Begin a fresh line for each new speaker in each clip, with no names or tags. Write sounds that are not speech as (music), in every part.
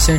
先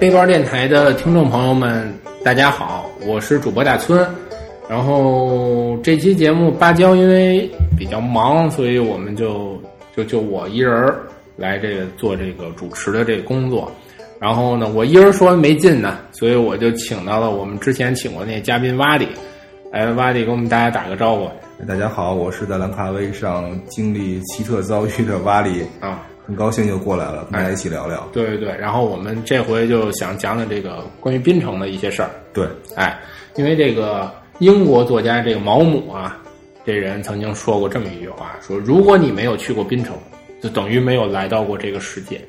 背包电台的听众朋友们，大家好，我是主播大村。然后这期节目芭蕉因为比较忙，所以我们就就就我一人儿来这个做这个主持的这个工作。然后呢，我一人说完没劲呢，所以我就请到了我们之前请过那嘉宾瓦里，来瓦里给我们大家打个招呼
大家好，我是在兰卡威上经历奇特遭遇的瓦里，
啊。
很高兴又过来了，跟大家一起聊聊。
对对对，然后我们这回就想讲讲这个关于槟城的一些事儿。
对，
哎，因为这个英国作家这个毛姆啊，这人曾经说过这么一句话，说如果你没有去过槟城，就等于没有来到过这个世界，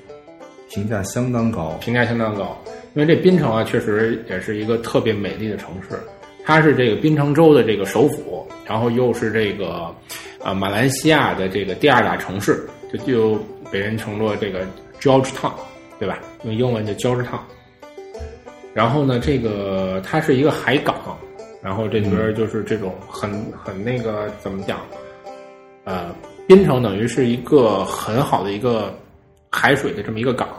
评价相当高。
评价相当高。因为这槟城啊，确实也是一个特别美丽的城市，它是这个槟城州的这个首府，然后又是这个啊、呃马来西亚的这个第二大城市，就就被人称作这个 George Town，对吧？用英文叫 George Town。然后呢，这个它是一个海港，然后这里边就是这种很很那个怎么讲，呃，槟城等于是一个很好的一个海水的这么一个港，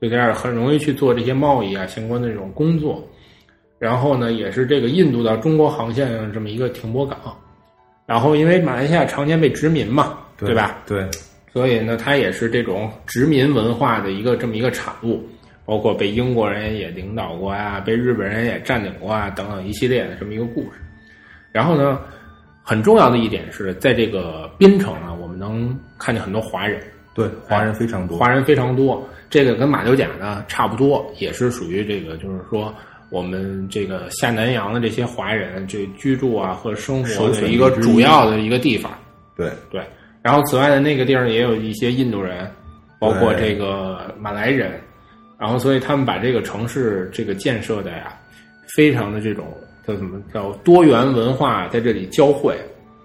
就在这儿很容易去做这些贸易啊相关的这种工作。然后呢，也是这个印度到中国航线上的这么一个停泊港。然后因为马来西亚常年被殖民嘛，对吧？？
对，
所以呢，它也是这种殖民文化的一个这么一个产物，包括被英国人也领导过啊，被日本人也占领过啊，等等一系列的这么一个故事。然后呢，很重要的一点是在这个槟城呢，我们能看见很多华人，
对，华人非常多。
华人非常多。这个跟马六甲呢差不多，也是属于这个，就是说我们这个下南洋的这些华人这居住啊和生活
首
的
选
一个
之一
主要的一个地方。
对，
对，然后此外呢，那个地儿也有一些印度人，包括这个马来人，然后所以他们把这个城市这个建设的呀，非常的这种叫什么叫多元文化在这里交汇，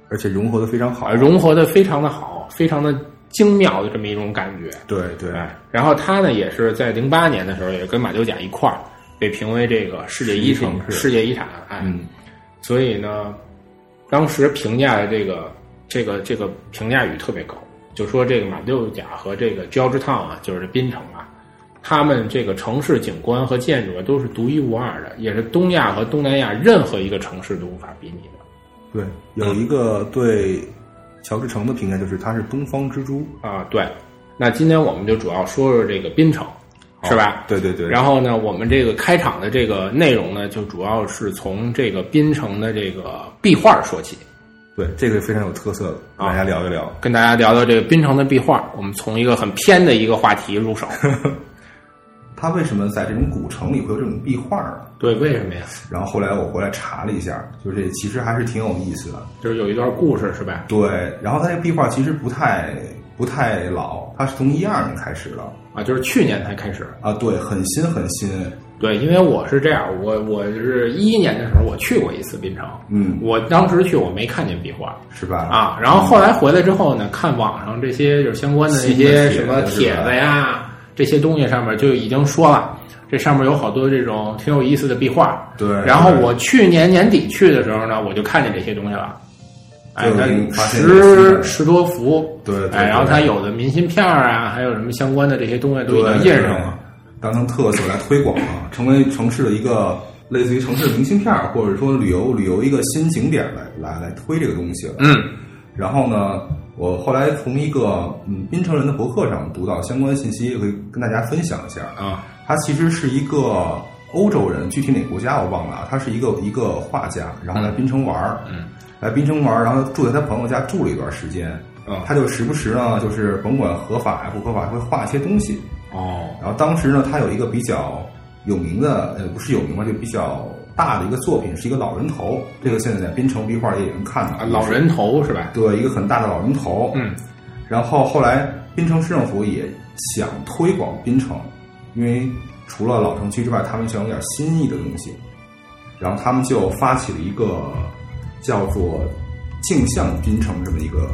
而且融合的非常
啊，
好。
融合的非常的好，非常的精妙的这么一种感觉。
对对，
哎，然后他呢也是在零八年的时候，也跟马六甲一块儿被评为这个世界遗
世界
产
城，市
世界遗产。哎，
嗯，
所以呢，当时评价的这个这个这个评价语特别高，就说这个马六甲和这个 George Town 啊，就是槟城啊，他们这个城市景观和建筑啊都是独一无二的，也是东亚和东南亚任何一个城市都无法比拟的
对，有一个对乔治城的评价就是他是东方之珠，
啊。对，那今天我们就主要说说这个槟城，是吧？
对对对，
然后呢，我们这个开场的这个内容呢，就主要是从这个槟城的这个壁画说起。
对这个非常有特色的，
啊
大家聊一聊。
跟大家聊聊这个槟城的壁画。我们从一个很偏的一个话题入手。
他为什么在这种古城里会有这种壁画呢？
(laughs) 对，为什么呀？
然后后来我回来查了一下，就是这其实还是挺有意思的。
就是有一段故事是吧？
对，然后他这壁画其实不太不太老，它是从一二年开始的
啊，就是去年才开始。
啊，对，很新很新，
对，因为我是这样，我我是一一年的时候我去过一次槟城，
嗯，
我当时去我没看见壁画
是吧？，
啊，然后后来回来之后呢，看网上这些就是相关的那些什
新
么
的帖子
帖子呀这些东西上面就已经说了，这上面有好多这种挺有意思的壁画。
对。 (laughs)
然后我去年年底去的时候呢，我就看见这些东西了。哎，
就已经
它
发现有新
十
的
十多幅，
对对
哎，
对
然后它有的明信片儿啊，还有什么相关的这些东西都
对
已经印上
对
了。
当成特色来推广了，成为城市的一个类似于城市的明信片儿，或者说旅游旅游一个新景点儿来来来推这个东西。
嗯，
然后呢，我后来从一个嗯槟城人的博客上读到相关信息，会跟大家分享一下。
啊，
他其实是一个欧洲人，具体哪个国家我忘了啊。他是一个一个画家，然后来槟城玩儿，
嗯，
来槟城玩儿，然后住在他朋友家住了一段时间。
啊，
他就时不时呢，就是甭管合法 (laughs) 呀不合法，会画一些东西。
哦，
然后当时呢，他有一个比较有名的，呃，不是有名吧，就比较大的一个作品，是一个老人头。这个现在在槟城壁画也能看
啊
到，
老人头是吧？
对一个很大的老人头。
嗯，
然后后来槟城市政府也想推广槟城，因为除了老城区之外，他们想有点新意的东西，然后他们就发起了一个叫做“镜像槟城”这么一个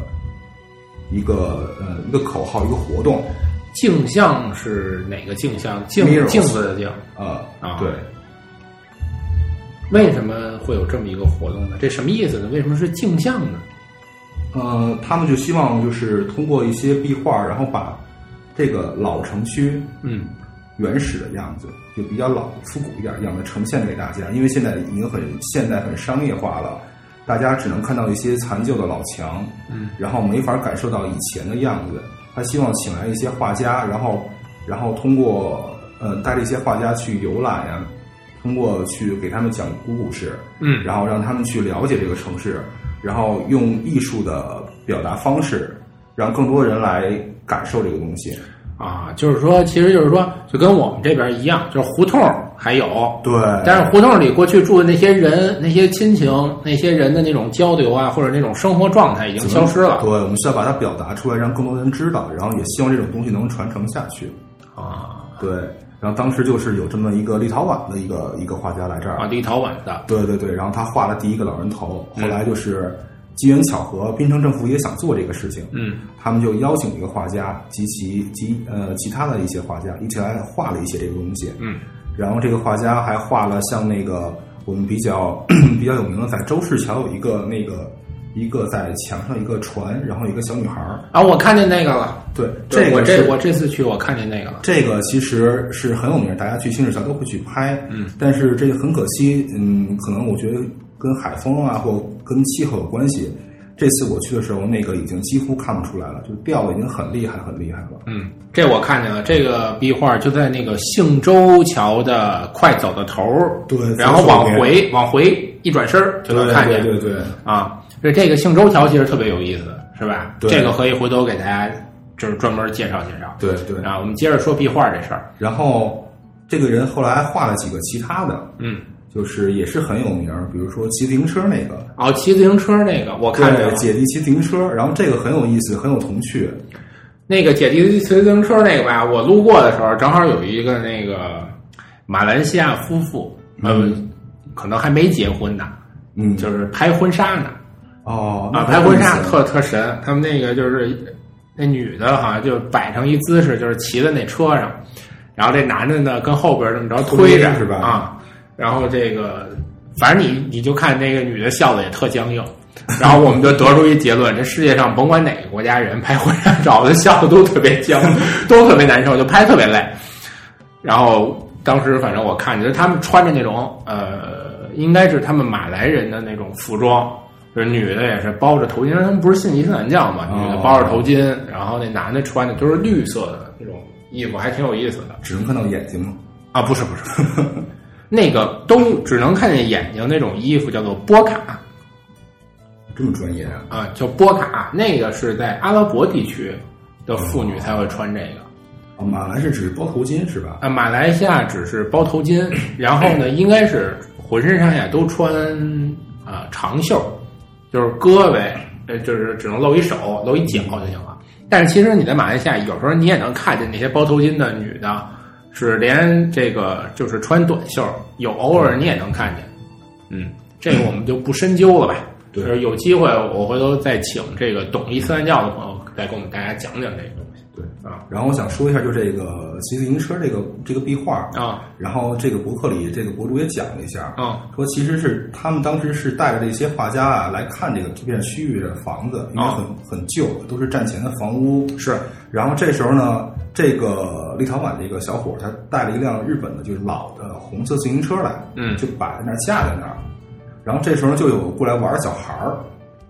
一个呃一个口号，一个活动。
镜像是哪个镜像？镜
Mirrors
镜子的镜。
呃，
啊
对，
为什么会有这么一个活动呢？这什么意思呢？为什么是镜像呢？
呃，他们就希望就是通过一些壁画，然后把这个老城区
嗯
原始的样子，就比较老复古一点的样子呈现给大家。因为现在已经很现代、很商业化了，大家只能看到一些残旧的老墙，
嗯，
然后没法感受到以前的样子。他希望请来一些画家，然后然后通过呃带着一些画家去游览呀、通过去给他们讲古故事，
嗯
然后让他们去了解这个城市，然后用艺术的表达方式，让更多人来感受这个东西。
啊，就是说，其实就是说，就跟我们这边一样，就是胡同还有，
对，
但是胡同里过去住的那些人、那些亲情、那些人的那种交流啊，或者那种生活状态已经消失了
对，我们需要把它表达出来，让更多人知道，然后也希望这种东西能传承下去。
啊
对，然后当时就是有这么一个立陶宛的一个一个画家来这儿，
啊！嗯立陶宛的，
对对对，然后他画了第一个老人头，后来就是机缘巧合，滨城政府也想做这个事情，
嗯
他们就邀请一个画家及其及呃其他的一些画家一起来画了一些这个东西，
嗯
然后这个画家还画了像那个我们比较 (clears throat) 比较有名的，在周市桥有一个那个一个在墙上一个船，然后一个小女孩儿。
啊，我看见那个了，
对，这
我
个
这
是
我这次去我看见那个了，
这个其实是很有名，大家去新市桥都会去拍。嗯，但是这个很可惜，嗯，可能我觉得跟海风啊，或跟气候有关系。这次我去的时候，那个已经几乎看不出来了，就掉的已经很厉害，很厉害了。
嗯，这我看见了，这个壁画就在那个杏州桥的快走的头儿，
对
然后往回往回一转身儿就
对
能看见，
对对对，
啊，这这个杏州桥其实特别有意思，是吧？
对
这个可以回头给大家就是专门介绍介绍。
对对。
啊，我们接着说壁画这事儿。
然后这个人后来还画了几个其他的，
嗯，
就是也是很有名，比如说骑自行车那个，
哦，骑自行车那个我看见
对啊
了，
姐弟骑自行车，然后这个很有意思，很有童趣。
那个姐弟骑自行车那个吧，我路过的时候正好有一个那个马来西亚夫妇，嗯，可能还没结婚呢，
嗯，
就是拍婚纱呢。
哦，
啊，
那
拍婚纱
很有意思
特特神，他们那个就是那女的哈、就摆成一姿势，就是骑在那车上，然后这男的呢跟后边这么着推着
推是吧
啊，然后这个反正你你就看那个女的笑的也特僵硬。然后我们就得出一结论：这世界上甭管哪个国家人拍婚纱照的笑的都特别僵，都特别难受，就拍特别累。然后当时反正我看见他们穿着那种呃，应该是他们马来人的那种服装，就是女的也是包着头巾，因为他们不是信伊斯兰教嘛，
哦
女的包着头巾，然后那男的穿的都是绿色的那种衣服，还挺有意思的
只能看到眼睛嘛。
啊，不是不是， (laughs) 那个都只能看见眼睛那种衣服叫做波卡
这么专业啊？
啊，叫波卡，那个是在阿拉伯地区的妇女才会穿这个。
哦马来是只是包头巾是吧？
啊，马来西亚只是包头巾，然后呢，应该是浑身上下都穿啊、长袖，就是胳膊，呃，就是只能露一手、露一脚就行了。但是其实你在马来西亚，有时候你也能看见那些包头巾的女的，是连这个就是穿短袖，有偶尔你也能看见。嗯，这个我们就不深究了吧。就
对
是有机会，我回头再请这个懂伊斯兰教的朋友再给我们大家讲讲这个东西。
对
啊
然后我想说一下，就这个骑自行车这个这个壁画，
啊
然后这个博客里这个博主也讲了一下，
啊
说其实是他们当时是带着这些画家啊来看这个这片区域的房子，因为
啊
很、很旧，都是战前的房屋。
是
然后这时候呢，这个立陶宛这个小伙儿他带了一辆日本的就是老的红色自行车来，
嗯
就摆在那儿架在那儿。然后这时候就有过来玩儿小孩儿，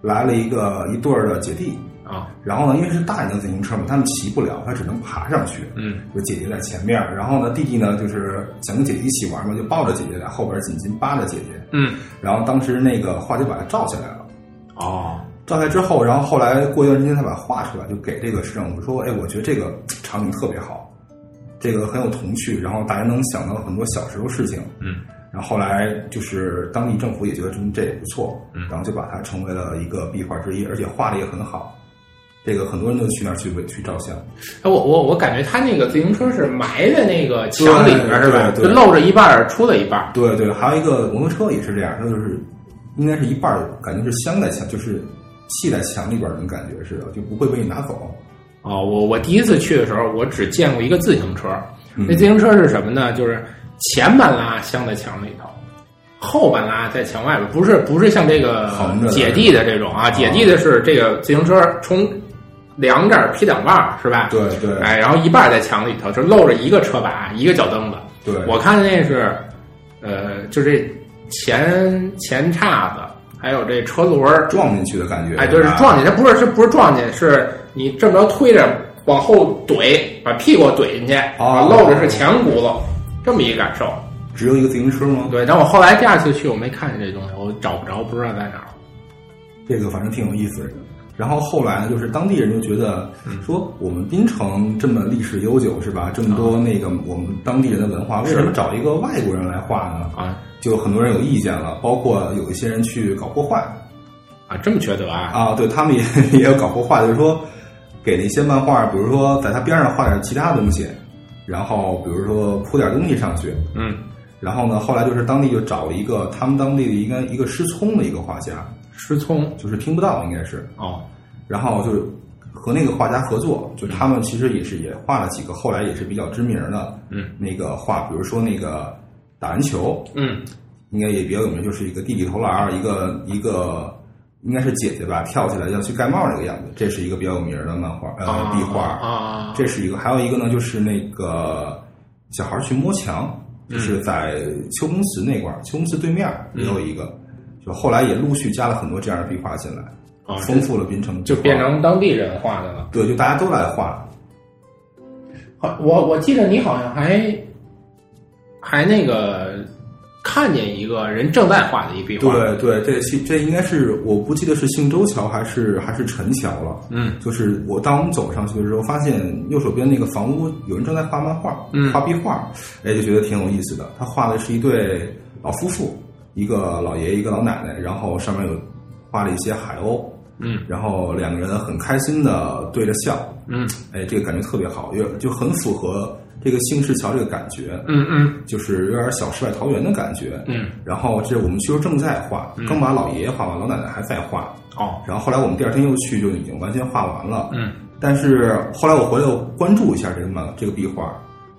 来了一个一对儿的姐弟。
啊
然后呢，因为是大人的自行车嘛，他们骑不了，他只能爬上去。
嗯。
就姐姐在前面儿，然后呢，弟弟呢就是想跟姐姐一起玩嘛，就抱着姐姐在后边儿紧紧扒着姐姐。
嗯，
然后当时那个画就把它照下来了，
哦，
照下来之后，然后后来过一段时间他把它画出来，就给这个市政府说：“哎，我觉得这个场景特别好，这个很有童趣，然后大家能想到很多小时候事情。”
嗯，
然后后来就是当地政府也觉得这这也不错
嗯，
然后就把它成为了一个壁画之一，而且画的也很好。这个很多人都去那儿去去照相，
哎，我我我感觉他那个自行车是埋在那个墙里边儿是吧？
对
就
对
露着一半儿，出了一半儿。
对对，还有一个摩托车也是这样，它就是应该是一半儿，感觉是镶在墙，就是系在墙里边儿那种感觉似的，就不会被你拿走。
哦，我我第一次去的时候，我只见过一个自行车。
嗯
那自行车是什么呢？就是前半拉镶在墙里头，后半拉在墙外边。不是不是像这个
横着的
姐弟的这种啊，姐弟的是这个自行车从梁这儿劈两半儿是吧？
对对
哎，然后一半儿在墙里头，就露着一个车把，一个脚蹬子。
对，
我看那是，呃，就这前前叉子，还有这车轮儿，
撞进去的感觉。
哎，就是
吧
撞进去，它不是是不是撞进，是你这么着推着往后怼，把屁股怼进去，啊，
哦
露着是前轱辘，这么一感受。
只有一个自行车吗？
对，但我后来第二次去，我没看见这东西，我找不着，不知道在哪儿。
这个反正挺有意思的。然后后来呢，就是当地人就觉得说，我们槟城这么历史悠久是吧？这么多那个我们当地人的文化，为什么找一个外国人来画呢？
啊
就很多人有意见了，包括有一些人去搞破坏
啊，这么觉得啊？
啊，对他们也 (laughs) 也有搞破坏，就是说给那些漫画，比如说在它边上画点其他东西，然后比如说铺点东西上去，
嗯，
然后呢，后来就是当地就找了一个他们当地的一个一个失聪的一个画家，
失聪
就是听不到应该是，
哦，
然后就是和那个画家合作，就他们其实也是也画了几个，后来也是比较知名的，
嗯，
那个画，比如说那个打篮球，
嗯
应该也比较有名，就是一个弟弟投篮儿，一个一个应该是姐姐吧，跳起来要去盖帽那个样子，这是一个比较有名的漫画呃
啊
壁画，
啊，
这是一个，还有一个呢就是那个小孩儿去摸墙，就是
嗯
在秋公祠那块儿，秋公祠对面儿也有一个。就后来也陆续加了很多这样的壁画进来，
啊
丰富了槟城的壁
就
画，
变成当地人画的了。
对，就大家都来画。
好，我我记得你好像还还那个看见一个人正在画的一壁画，，
对对，这是这应该是我不记得是信州桥还是还是陈桥了。
嗯
就是我当我们走上去的时候，发现右手边那个房屋有人正在画漫画，
嗯
画壁画，哎，就觉得挺有意思的。他画的是一对老夫妇，一个老爷爷一个老奶奶，然后上面有画了一些海鸥，
嗯
然后两个人很开心的对着笑，
嗯
哎，这个感觉特别好，有就很符合这个杏市桥这个感觉，
嗯嗯
就是有点小世外桃源的感觉。
嗯，
然后这我们去时候正在画，刚把老爷爷画完，老奶奶还在画。
哦，
然后后来我们第二天又去，就已经完全画完了。
嗯
但是后来我回来我关注一下这个漫这个壁画，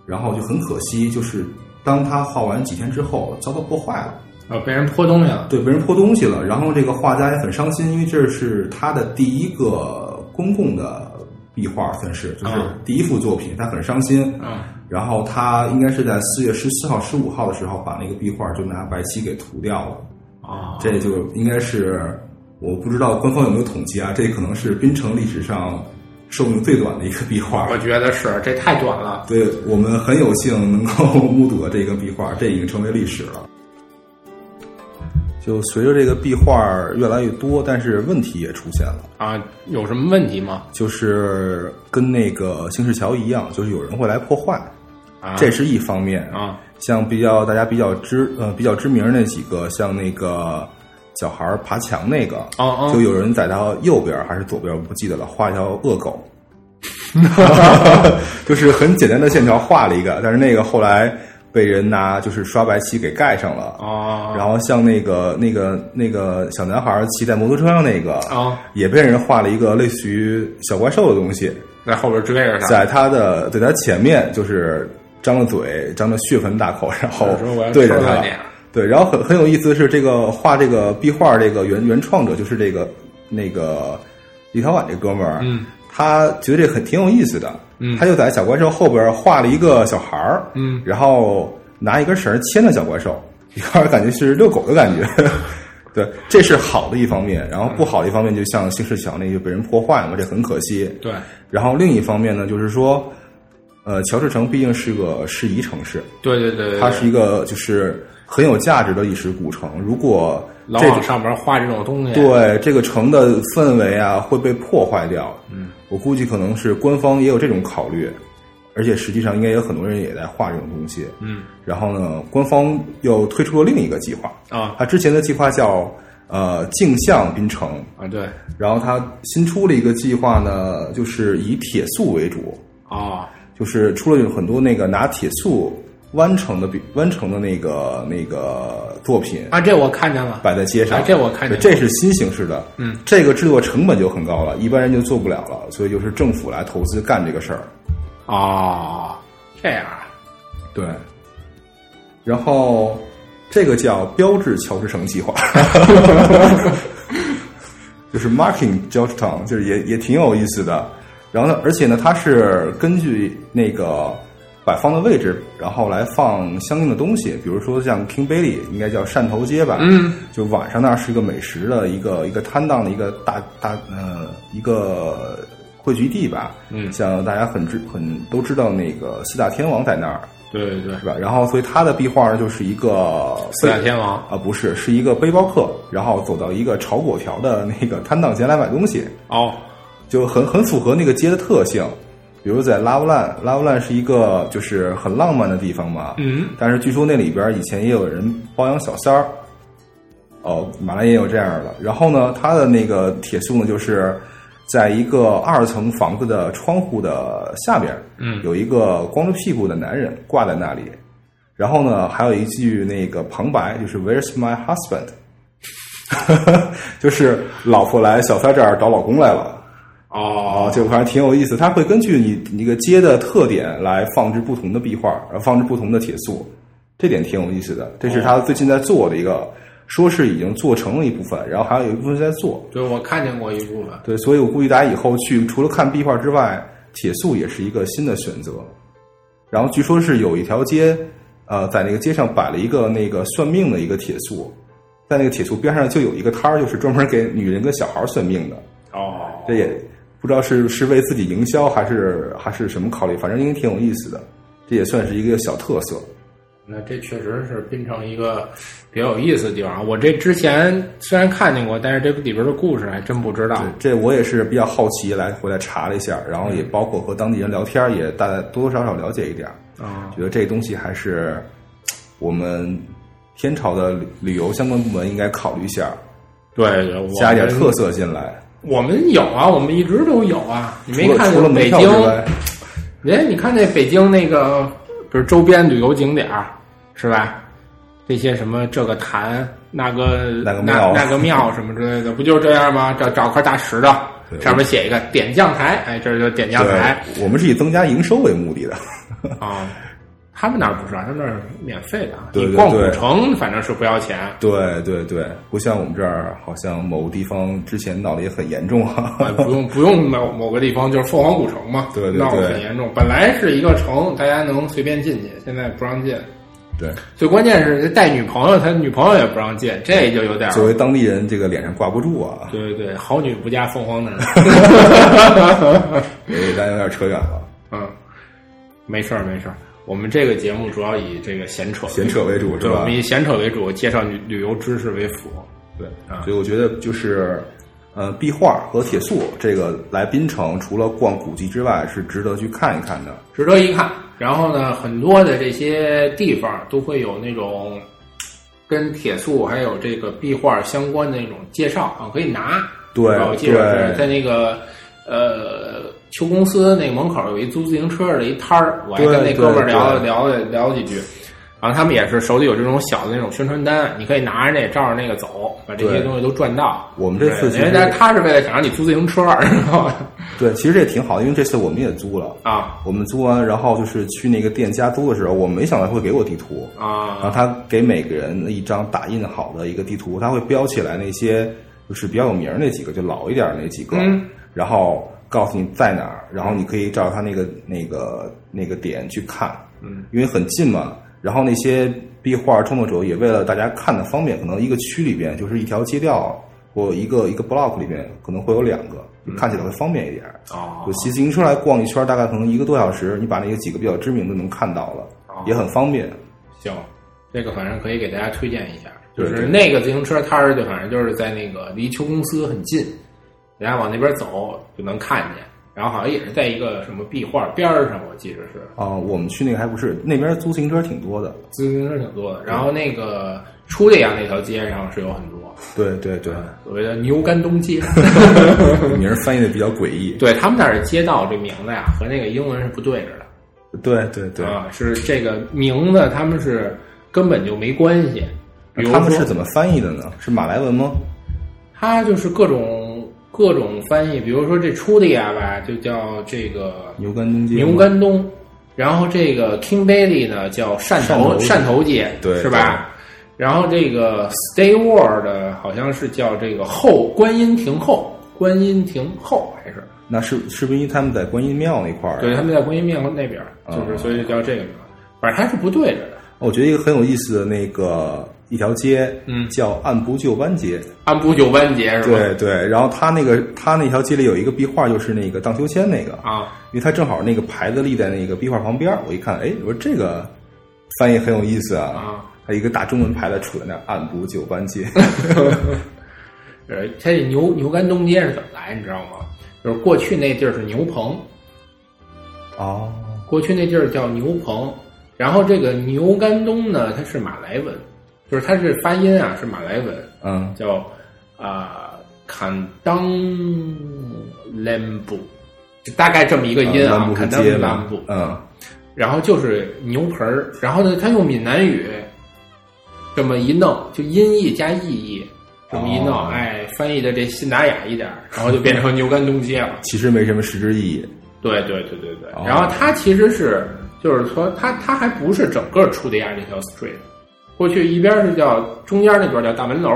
然后就很可惜，就是当他画完几天之后遭到破坏了，
啊，被人泼东西了，
对，被人泼东西了。然后这个画家也很伤心，因为这是他的第一个公共的壁画，算是就是
啊
第一幅作品，他很伤心。
嗯
然后他应该是在四月十四号、十五号的时候把那个壁画就拿白漆给涂掉了。
啊，
这就应该是我不知道官方有没有统计啊，这可能是槟城历史上寿命最短的一个壁画。
我觉得是这太短了。
对我们很有幸能够 (laughs) 目睹了这个壁画，这已经成为历史了。就随着这个壁画越来越多，但是问题也出现了，
啊，有什么问题吗？
就是跟那个兴市桥一样，就是有人会来破坏，
啊，
这是一方面。
啊，
像比较大家比较知呃比较知名那几个，像那个小孩儿爬墙那个，
哦哦
就，有人在他右边还是左边，我不记得了，画一条恶狗， (laughs) 就是很简单的线条画了一个，但是那个后来被人拿就是刷白漆给盖上了。
哦
然后像那个那个那个小男孩骑在摩托车上那个，
哦，
也被人画了一个类似于小怪兽的东西，
在后边追着他，
在他的在他前面就是张着嘴，张着血盆大口，然后
说我要
对着
吃了
他
你，
对，然后很很有意思的是，这个画这个壁画这个原原创者就是这个那个李小婉这哥们儿，
嗯
他觉得这很挺有意思的，
嗯
他就在小怪兽后边画了一个小孩儿，
嗯
然后拿一根绳儿牵着小怪兽，有点感觉是遛狗的感觉。 (laughs) 对，这是好的一方面，然后不好的一方面，就像兴市桥那就被人破坏嘛，这很可惜。
对，
然后另一方面呢，就是说，呃，乔治城毕竟是个适宜城市，
对对对对，
它是一个就是很有价值的历史古城。如果
老
这
往
个
上面画这种东西，
对这个城的氛围啊会被破坏掉，嗯，我估计可能是官方也有这种考虑，而且实际上应该有很多人也在画这种东西。
嗯
然后呢，官方又推出了另一个计划，
啊
它之前的计划叫呃镜像槟城，
啊，对，
然后他新出了一个计划呢，就是以铁塑为主，
哦，
就是出了很多那个拿铁塑弯成的比弯成的那个那个作品
啊，这我看见了，
摆在街上，
啊这我看见
对
了
这是新形式的，
嗯，
这个制作成本就很高了，一般人就做不了了，所以就是政府来投资干这个事儿，
哦，这样啊，
对，然后这个叫标志乔治城计划， (laughs) 就是 Marking Georgetown，就是也也挺有意思的。然后呢，而且呢，它是根据那个摆放的位置，然后来放相应的东西，比如说像 King Bailey，应该叫汕头街吧，
嗯，
就晚上那儿是一个美食的一个一个摊档的一个大大呃一个汇聚地吧，
嗯
像大家很知很都知道那个四大天王在那儿，
对对对，
是吧？然后，所以他的壁画呢，就是一个
四大天王
啊、，不是，是一个背包客，然后走到一个炒粿条的那个摊档前来买东西，
哦，
就很很符合那个街的特性。比如在拉乌兰，拉乌兰是一个就是很浪漫的地方嘛，
嗯，
但是据说那里边以前也有人包养小三儿，哦，马来也有这样的。然后呢，它的那个铁塑呢，就是在一个二层房子的窗户的下边，
嗯
有一个光着屁股的男人挂在那里。然后呢，还有一句那个旁白，就是 “Where's my husband？” (laughs) 就是老婆来小三这儿找老公来了。
哦
哦，这个反正挺有意思，它会根据你你个街的特点来放置不同的壁画，然后放置不同的铁塑，这点挺有意思的。这是他最近在做的一个，说是已经做成了一部分，然后还有一部分在做。
对，我看见过一部分。
对，所以我估计大家以后去除了看壁画之外，铁塑也是一个新的选择。然后据说是有一条街，呃，在那个街上摆了一个那个算命的一个铁塑，在那个铁塑边上就有一个摊儿，就是专门给女人跟小孩儿算命的。
哦，
这也不知道是是为自己营销还是还是什么考虑，反正应该挺有意思的，这也算是一个小特色。
那这确实是变成一个比较有意思的地方。我这之前虽然看见过，但是这里边的故事还真不知道
对。，这我也是比较好奇，来回来查了一下，然后也包括和当地人聊天儿，也大概多多少少了解一点儿，
啊、
觉得这东西还是我们天朝的旅旅游相关部门应该考虑一下，
对对，我们
加一点特色进来。
我们有啊，我们一直都有啊。你没
除了
看
除了
见
门
北
票
京
之？外，
哎，你看那北京那个，比如周边旅游景点儿是吧？这些什么这个坛、那个那
那个庙
那个庙什么之类的，不就是这样吗？找找块大石头，上面写一个点将台，哎，这就点将台。
对，我们是以增加营收为目的 (laughs) 的。
啊，他们那儿不是啊，他们那儿免费的啊。
对对
你逛
对
古城反正是不要钱，
对对对，不像我们这儿，好像某地方之前闹得也很严重啊。
哎不用不用某某个地方就是凤凰古城嘛，
对对对
闹得很严重。本来是一个城，大家能随便进去，现在不让进。
对，
最关键是带女朋友，他女朋友也不让进，这就有点儿。
作为当地人，这个脸上挂不住啊，
对对对，好女不嫁凤凰男。
(laughs) 所以咱有点扯远了，
嗯，没事儿没事儿，我们这个节目主要以这个闲扯为
闲扯为主是
对，我
吧
们？以闲扯为主，介绍旅旅游知识为辅。
对
啊
所以我觉得就是，呃，壁画和铁塑这个来槟城，除了逛古迹之外，是值得去看一看的。
值得一看。然后呢，很多的这些地方都会有那种跟铁塑还有这个壁画相关的那种介绍啊，可以拿。
对
我记得
对
是在那个呃球公司那个门口有一租自行车的一摊儿，我还
对
跟那哥们儿
对
聊了
对
聊了聊了几句。然后他们也是手里有这种小的那种宣传单，你可以拿着那照着那个走，把这些
对
东西都赚到。
我们这次
对
其实
因为他他是为了想让你租自行车，然后
对，其实这也挺好的，因为这次我们也租了，
啊
我们租完，然后就是去那个店家租的时候，我没想到会给我地图，然后
啊
他给每个人一张打印好的一个地图，他会标起来那些就是比较有名儿那几个，就老一点儿那几个，
嗯
然后告诉你在哪儿，然后你可以照他那个那个那个点去看，
嗯，
因为很近嘛。然后那些壁画创作者也为了大家看的方便，可能一个区里边就是一条街道或一个一个 block 里面可能会有两个，
嗯
看起来会方便一点儿。
哦
就骑自行车来逛一圈儿，大概可能一个多小时，你把那个几个比较知名的能看到了，
哦
也很方便。
行，这个反正可以给大家推荐一下，就
对
是
对
那个自行车摊儿，就反正就是在那个离球公司很近，大家往那边走就能看见。然后好像也是在一个什么壁画边儿上，我记着是
啊、我们去那个还不是那边租自行车挺多的，
自行车挺多的。然后那个出这样那条街上是有很多，
对对对，
所谓的牛干东街。 (laughs)
名儿翻译的比较诡异。
对他们那儿的街道这名字呀，和那个英文是不对着的。
对对对，
啊，是这个名字，他们是根本就没关系。比如
他们是
说
怎么翻译的呢？是马来文吗？
它就是各种各种翻译，比如说这出的呀吧，就叫这个
牛肝东街吗，
牛干东，然后这个 King Bailey 呢叫汕头
汕头街
汕头街，
对
是吧？然后这个 Stay Ward 好像是叫这个后观音亭后观音亭后还是
那是是不是因为他们在观音庙那块儿？啊
对，他们在观音庙那边儿，就是所以就叫这个名儿，反正它是不对着的，
我觉得一个很有意思的那个一条街，
嗯
叫按部就班街。
按部就班节是吧？
对对，然后他那个他那条街里有一个壁画，就是那个荡秋千那个，
啊，
因为他正好那个牌子立在那个壁画旁边儿，我一看，哎，我说这个翻译很有意思
啊
啊，他一个大中文牌子杵在那儿，按部就班
(laughs)
街。
呃，它这牛牛肝东街是怎么来，你知道吗？就是过去那地儿是牛棚，
哦，
过去那地儿叫牛棚，然后这个牛干东呢，它是马来文，就是它是发音啊是马来文，
嗯，
叫啊坎当兰布，就大概这么一个音
兰
啊
布，
坎
是
当
街
兰
嘛
布，，
嗯，
然后就是牛盆儿，然后呢，他用闽南语这么一弄，就音译加意译这么一弄，
哦
哎，翻译的这信达雅一点儿，然后就变成牛肝东街了。
其实没什么实质意
啊
义。
对对对对对。
哦
然后它其实是，就是说它它还不是整个出的亚这条 street，过去一边是叫中间那段叫大门楼，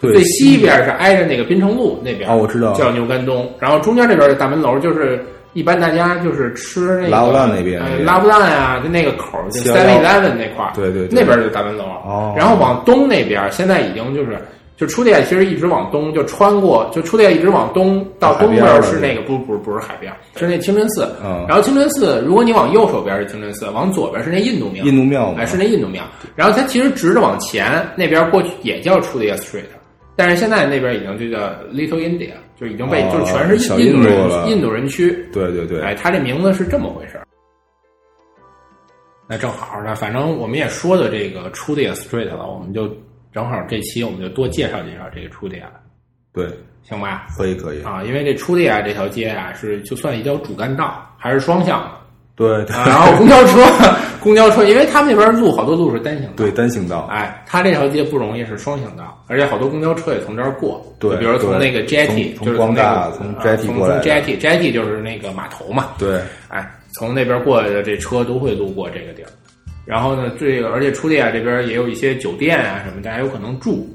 最
对，
西边是挨着那个滨城路那边
哦，我知道，
叫牛肝东，然后中间这边的大门楼就是。一般大家就是吃那个
拉布烂那边
哎
那边
拉布烂啊，就那个口儿，就 Seven
711
Eleven 那块儿，
对对对
那边就是大门楼。
哦
然后往东那边，现在已经就是就出店，其实一直往东，就穿过，就出店一直往东到
海
东
边
边
儿
儿
了
是那
那
个不不是不是海边儿，是那清真寺。
嗯
然后清真寺，如果你往右手边是清真寺，往左边是那印度庙，
印度庙嘛
哎，，是那印度庙。然后它其实直着往前那边过去也叫 t r u d i a Street，但是现在那边已经就叫 Little India，就已经被、
哦
就是全是
小
印度
印度
人
了
印度人区。
对对对，
哎，它这名字是这么回事儿。那正好呢，反正我们也说的这个 t r u d i a Street 了，我们就正好这期我们就多介绍介绍这个 t r u d i a
对，
行吧？
可以可以，
啊，因为这 t r u d i a 这条街啊是就算一条主干道，还是双向的。
对对
啊然后公交车， (laughs) 公交车，因为他们那边路好多路是单行道，
对， (laughs) 单行道，
哎，它这条街不容易是双行道，而且好多公交车也从这儿过。
对
就比如从
对
那个 jetty，
从
就是那
从光大
个
从
啊
jetty
从
过来的
从 jetty jetty 就是那个码头嘛。
对，
哎，从那边过来的这车都会路过这个地儿。然后呢，这个而且初地亚这边也有一些酒店啊什么，大家有可能住。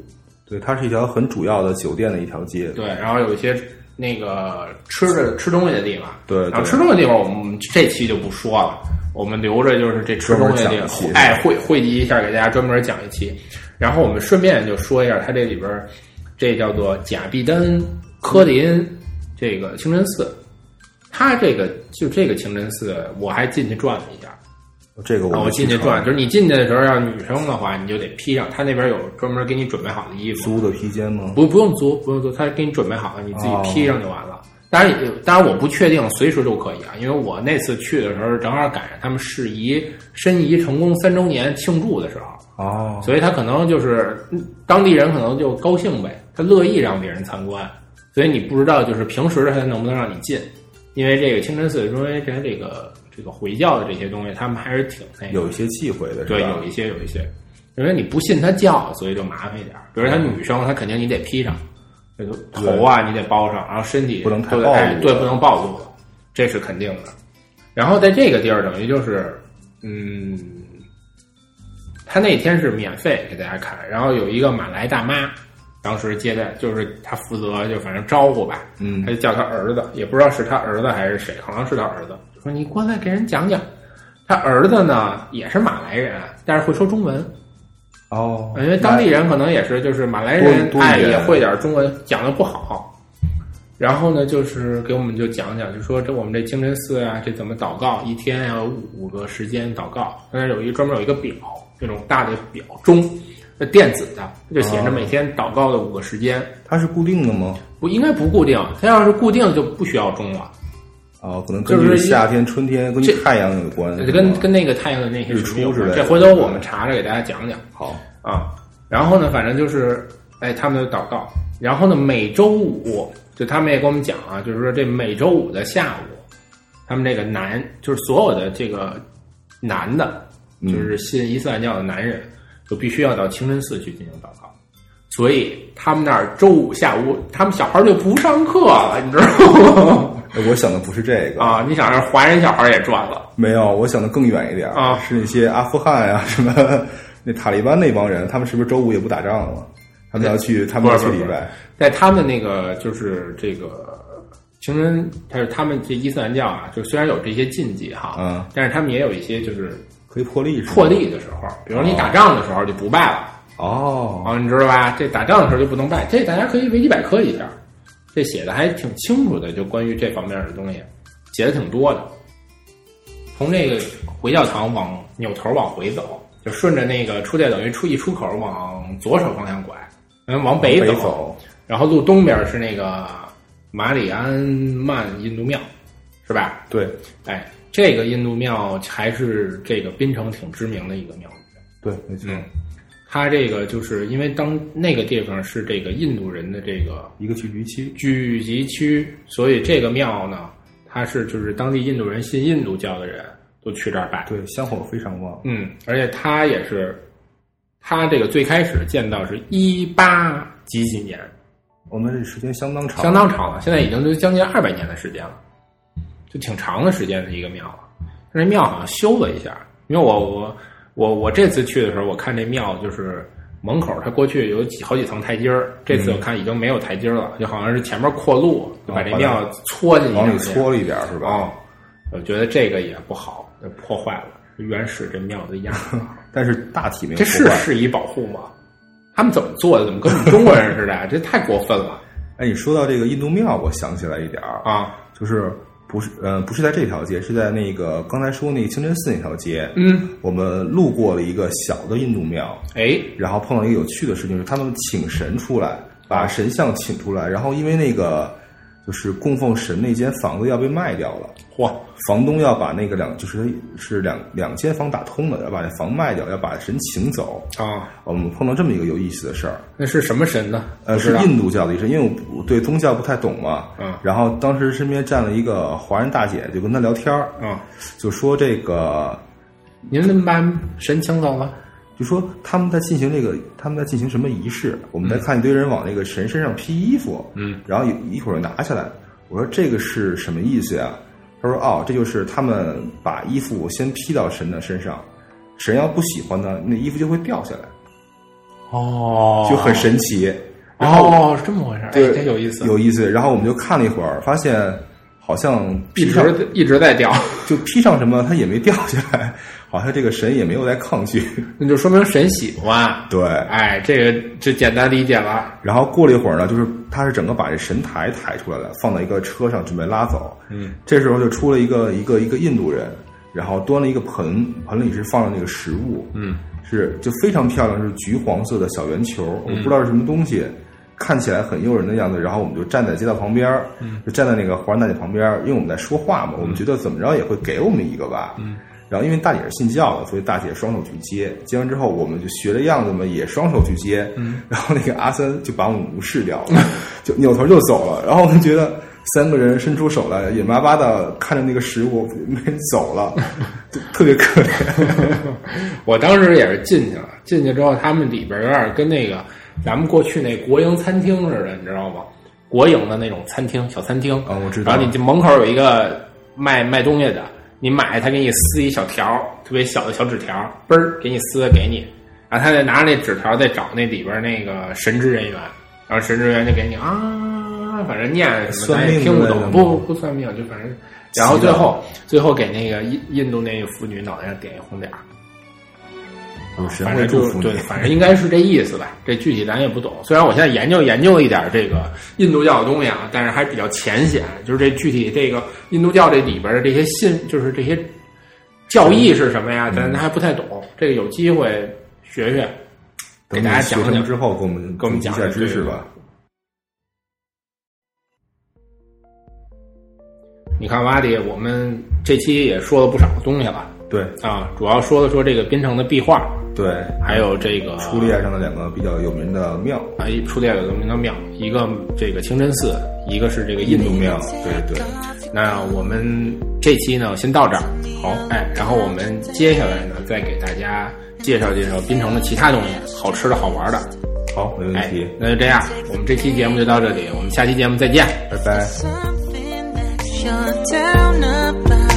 对，它是一条很主要的酒店的一条街，
对，然后有一些那个吃的吃东西的地方。
对
然后
对
吃东西的地方我们这期就不说了，我们留着就是这吃东西的地
专门讲一
方，
期
哎，汇汇集一下给大家专门讲一期。然后我们顺便就说一下，它这里边儿这叫做甲必丹科林
嗯
这个清真寺，它这个就这个清真寺，我还进去转了一下。
哦这个
啊，
我
我
们
进去转，就是你进去的时候要女生的话，你就得披上，他那边有专门给你准备好的衣服，
租的披肩吗？
不不用租，不用租，他给你准备好了，你自己披上就完了。当然也，当然我不确定随时都可以啊，因为我那次去的时候正好赶上他们适宜申遗成功三周年庆祝的时候，
哦，
所以他可能就是嗯当地人可能就高兴呗，他乐意让别人参观，所以你不知道就是平时他能不能让你进，因为这个清真寺，因为这这个这个回教的这些东西，他们还是挺那个。
有一些忌讳的是吧？
对，有一些有一些，因为你不信他教，所以就麻烦一点儿。比如他女生，她肯定你得披上，这个头啊你得包上，然后身体
不能太
都得
暴露
哎对，不能暴露了，这是肯定的。然后在这个地儿，等于就是，嗯，他那天是免费给大家看，然后有一个马来大妈，当时接待就是他负责就反正招呼吧，
嗯
他就叫他儿子，也不知道是他儿子还是谁，可能是他儿子，就说你过来给人讲讲。他儿子呢也是马来人，但是会说中文，
哦，
因为哎当地人可能也是就是马来人
多多语
爱也
言
会点中文，讲的不好。然后呢，就是给我们就讲讲，就说这我们这清真寺啊，这怎么祷告，一天要有五个时间祷告，但是有一专门有一个表，这种大的表钟，呃电子的，就写着
哦
每天祷告的五个时间，
它是固定的吗？
不应该不固定，它要是固定就不需要钟了。
哦，可能
就
根
是
据
一
夏天、春天，根据
这
太阳有关，哦
呃
是
跟
吗
跟那个太阳的哎那些
日
什么有
出之
关
类
这
的
回头我们查着给大家讲讲
好
啊。然后呢，反正就是哎，他们的祷告。然后呢，每周五就他们也跟我们讲啊，就是说这每周五的下午，他们这个男就是所有的这个男的，
嗯
就是信伊斯兰教的男人，就必须要到清真寺去进行祷告。所以他们那儿周五下午，他们小孩就不上课了，你知道
(laughs)
吗？
哎我想的不是这个，
啊，你想让华人小孩也赚了，
没有，我想的更远一点
啊
是那些阿富汗呀、什么 (laughs) 那塔利班那帮人，他们是不是周五也不打仗了？他们要去，他们要去
不是
礼
不是
拜。
在他们那个就是这个清真，还有他们这伊斯兰教啊，就虽然有这些禁忌哈，
嗯，
但是他们也有一些就是
可以破例是吗
破例的时候，比如你打仗的时候就不拜了。
哦，
啊，你知道吧？这打仗的时候就不能拜，这大家可以维基百科一下，这写的还挺清楚的，就关于这方面的东西，写的挺多的。从这个回教堂往扭头往回走，就顺着那个出界等于出一出口往左手方向拐，嗯，往北
北
走，
走
然后路东边是那个马里安曼印度庙，是吧？
对
哎，这个印度庙还是这个槟城挺知名的一个庙宇。
对，没错，
嗯，它这个就是因为当那个地方是这个印度人的这个
一个聚集区。
聚集区，所以这个庙呢，它是就是当地印度人信印度教的人都去这儿拜。
对，香火非常旺。
嗯，而且它也是，它这个最开始建到是一八几几年，
我们这时间相当长，
相当长了，现在已经都将近二百年的时间了，就挺长的时间的一个庙了。但这庙好像修了一下，因为我我我我这次去的时候，我看这庙就是门口，它过去有几好几层台阶儿，这
嗯
次我看已经没有台阶儿了，就好像是前面扩路，就把这庙搓进去，
往里搓了一点是吧？
哦，我觉得这个也不好，破坏了原始这庙的样
(laughs)
子。
但是大体没有
这
破
是
坏。
适宜保护吗？他们怎么做的？怎么跟我们中国人似的？ (laughs) 这太过分了
哎，你说到这个印度庙，我想起来一点儿，
啊！
就是不是呃不是在这条街，是在那个刚才说那个清真寺那条街。
嗯，
我们路过了一个小的印度庙，
哎，
然后碰到一个有趣的事情，就是他们请神出来，把神像请出来，然后因为那个就是供奉神那间房子要被卖掉了，
嚯！
房东要把那个两就是是两两间房打通的，要把这房卖掉，要把神请走。
啊，
我们碰到这么一个有意思的事儿，
那是什么神呢？
呃，
不知
是
道
印度教的一神，因为我不我对宗教不太懂嘛。
嗯
然后当时身边站了一个华人大姐，就跟她聊天儿，
啊，
就说这个，
您怎么把神请走了？
就说他们在进行这个，他们在进行什么仪式？我们在看一堆人往那个神身上披衣服，
嗯，
然后有一会儿拿下来，我说这个是什么意思呀？他说哦，这就是他们把衣服先披到神的身上，神要不喜欢呢，那衣服就会掉下来，
哦
就很神奇，然后
哦，是这么回事儿，哎
对
真有意思，
有意思。然后我们就看了一会儿，发现好像
一
披上
直一直在掉， (laughs)
就披上什么，它也没掉下来，好像这个神也没有在抗
(laughs)
拒。
那就说明神喜欢。
对，
哎，这个这简单理解了。
然后过了一会儿呢，就是他是整个把这神台抬出来了，放到一个车上准备拉走。
嗯，
这时候就出了一个一个一个印度人，然后端了一个盆，盆里是放了那个食物，
嗯，
是就非常漂亮，是橘黄色的小圆球，我不知道是什么东西，看起来很诱人的样子。然后我们就站在街道旁边儿，就站在那个华人大姐旁边儿，因为我们在说话嘛，我们觉得怎么着也会给我们一个吧。嗯，然后因为大姐是信教的，所以大姐双手去接，接完之后我们就学着样子嘛，也双手去接。嗯，然后那个阿森就把我们无视掉了，就扭头就走了。然后我们觉得。三个人伸出手来，眼巴巴的看着那个食物，没人走了，就特别可怜。
我当时也是进去了，进去之后，他们里边有点跟那个咱们过去那国营餐厅似的，你知道吗？国营的那种餐厅，小餐厅。
啊我知道
然后你这门口有一个卖卖东西的，你买他给你撕一小条儿，特别小的小纸条儿，嘣儿给你撕了给你，然后他再拿着那纸条儿再找那里边那个神职人员，然后神职人员就给你啊，反正念什么
算
咱也
命
听不
之类的
懂，
吗
不不算命，就反正。然后
祈祷
最后最后给那个印印度那个妇女脑袋上点一红点儿。
有嗯神
啊反正
会祝
就
福你。
对，反正应该是这意思吧。这具体咱也不懂，虽然我现在研究研究一点这个印度教的东西啊，但是还比较浅显。就是这具体这个印度教这里边的这些信，就是这些教义是什么呀，
嗯
咱还不太懂。这个有机会学学，给
等
大家
你学
讲
成
讲。
之后，给我们
给我们
普及
讲
一下
讲
知
这
识
个
吧。
你看，瓦迪，我们这期也说了不少东西了，
对
啊，主要说了说这个槟城的壁画，
对，
还有这个
初列上的两个比较有名的庙，
啊，一出列有这么一个庙，一个这个清真寺，一个是这个印
印
度
度
庙
庙。，对对，
那我们这期呢先到这儿，好，哎，然后我们接下来呢再给大家介绍介绍槟城的其他东西，好吃的好玩的。
好，没问
哎
题，，
那就这样，我们这期节目就到这里，我们下期节目再见。
拜拜。
something that you're down about.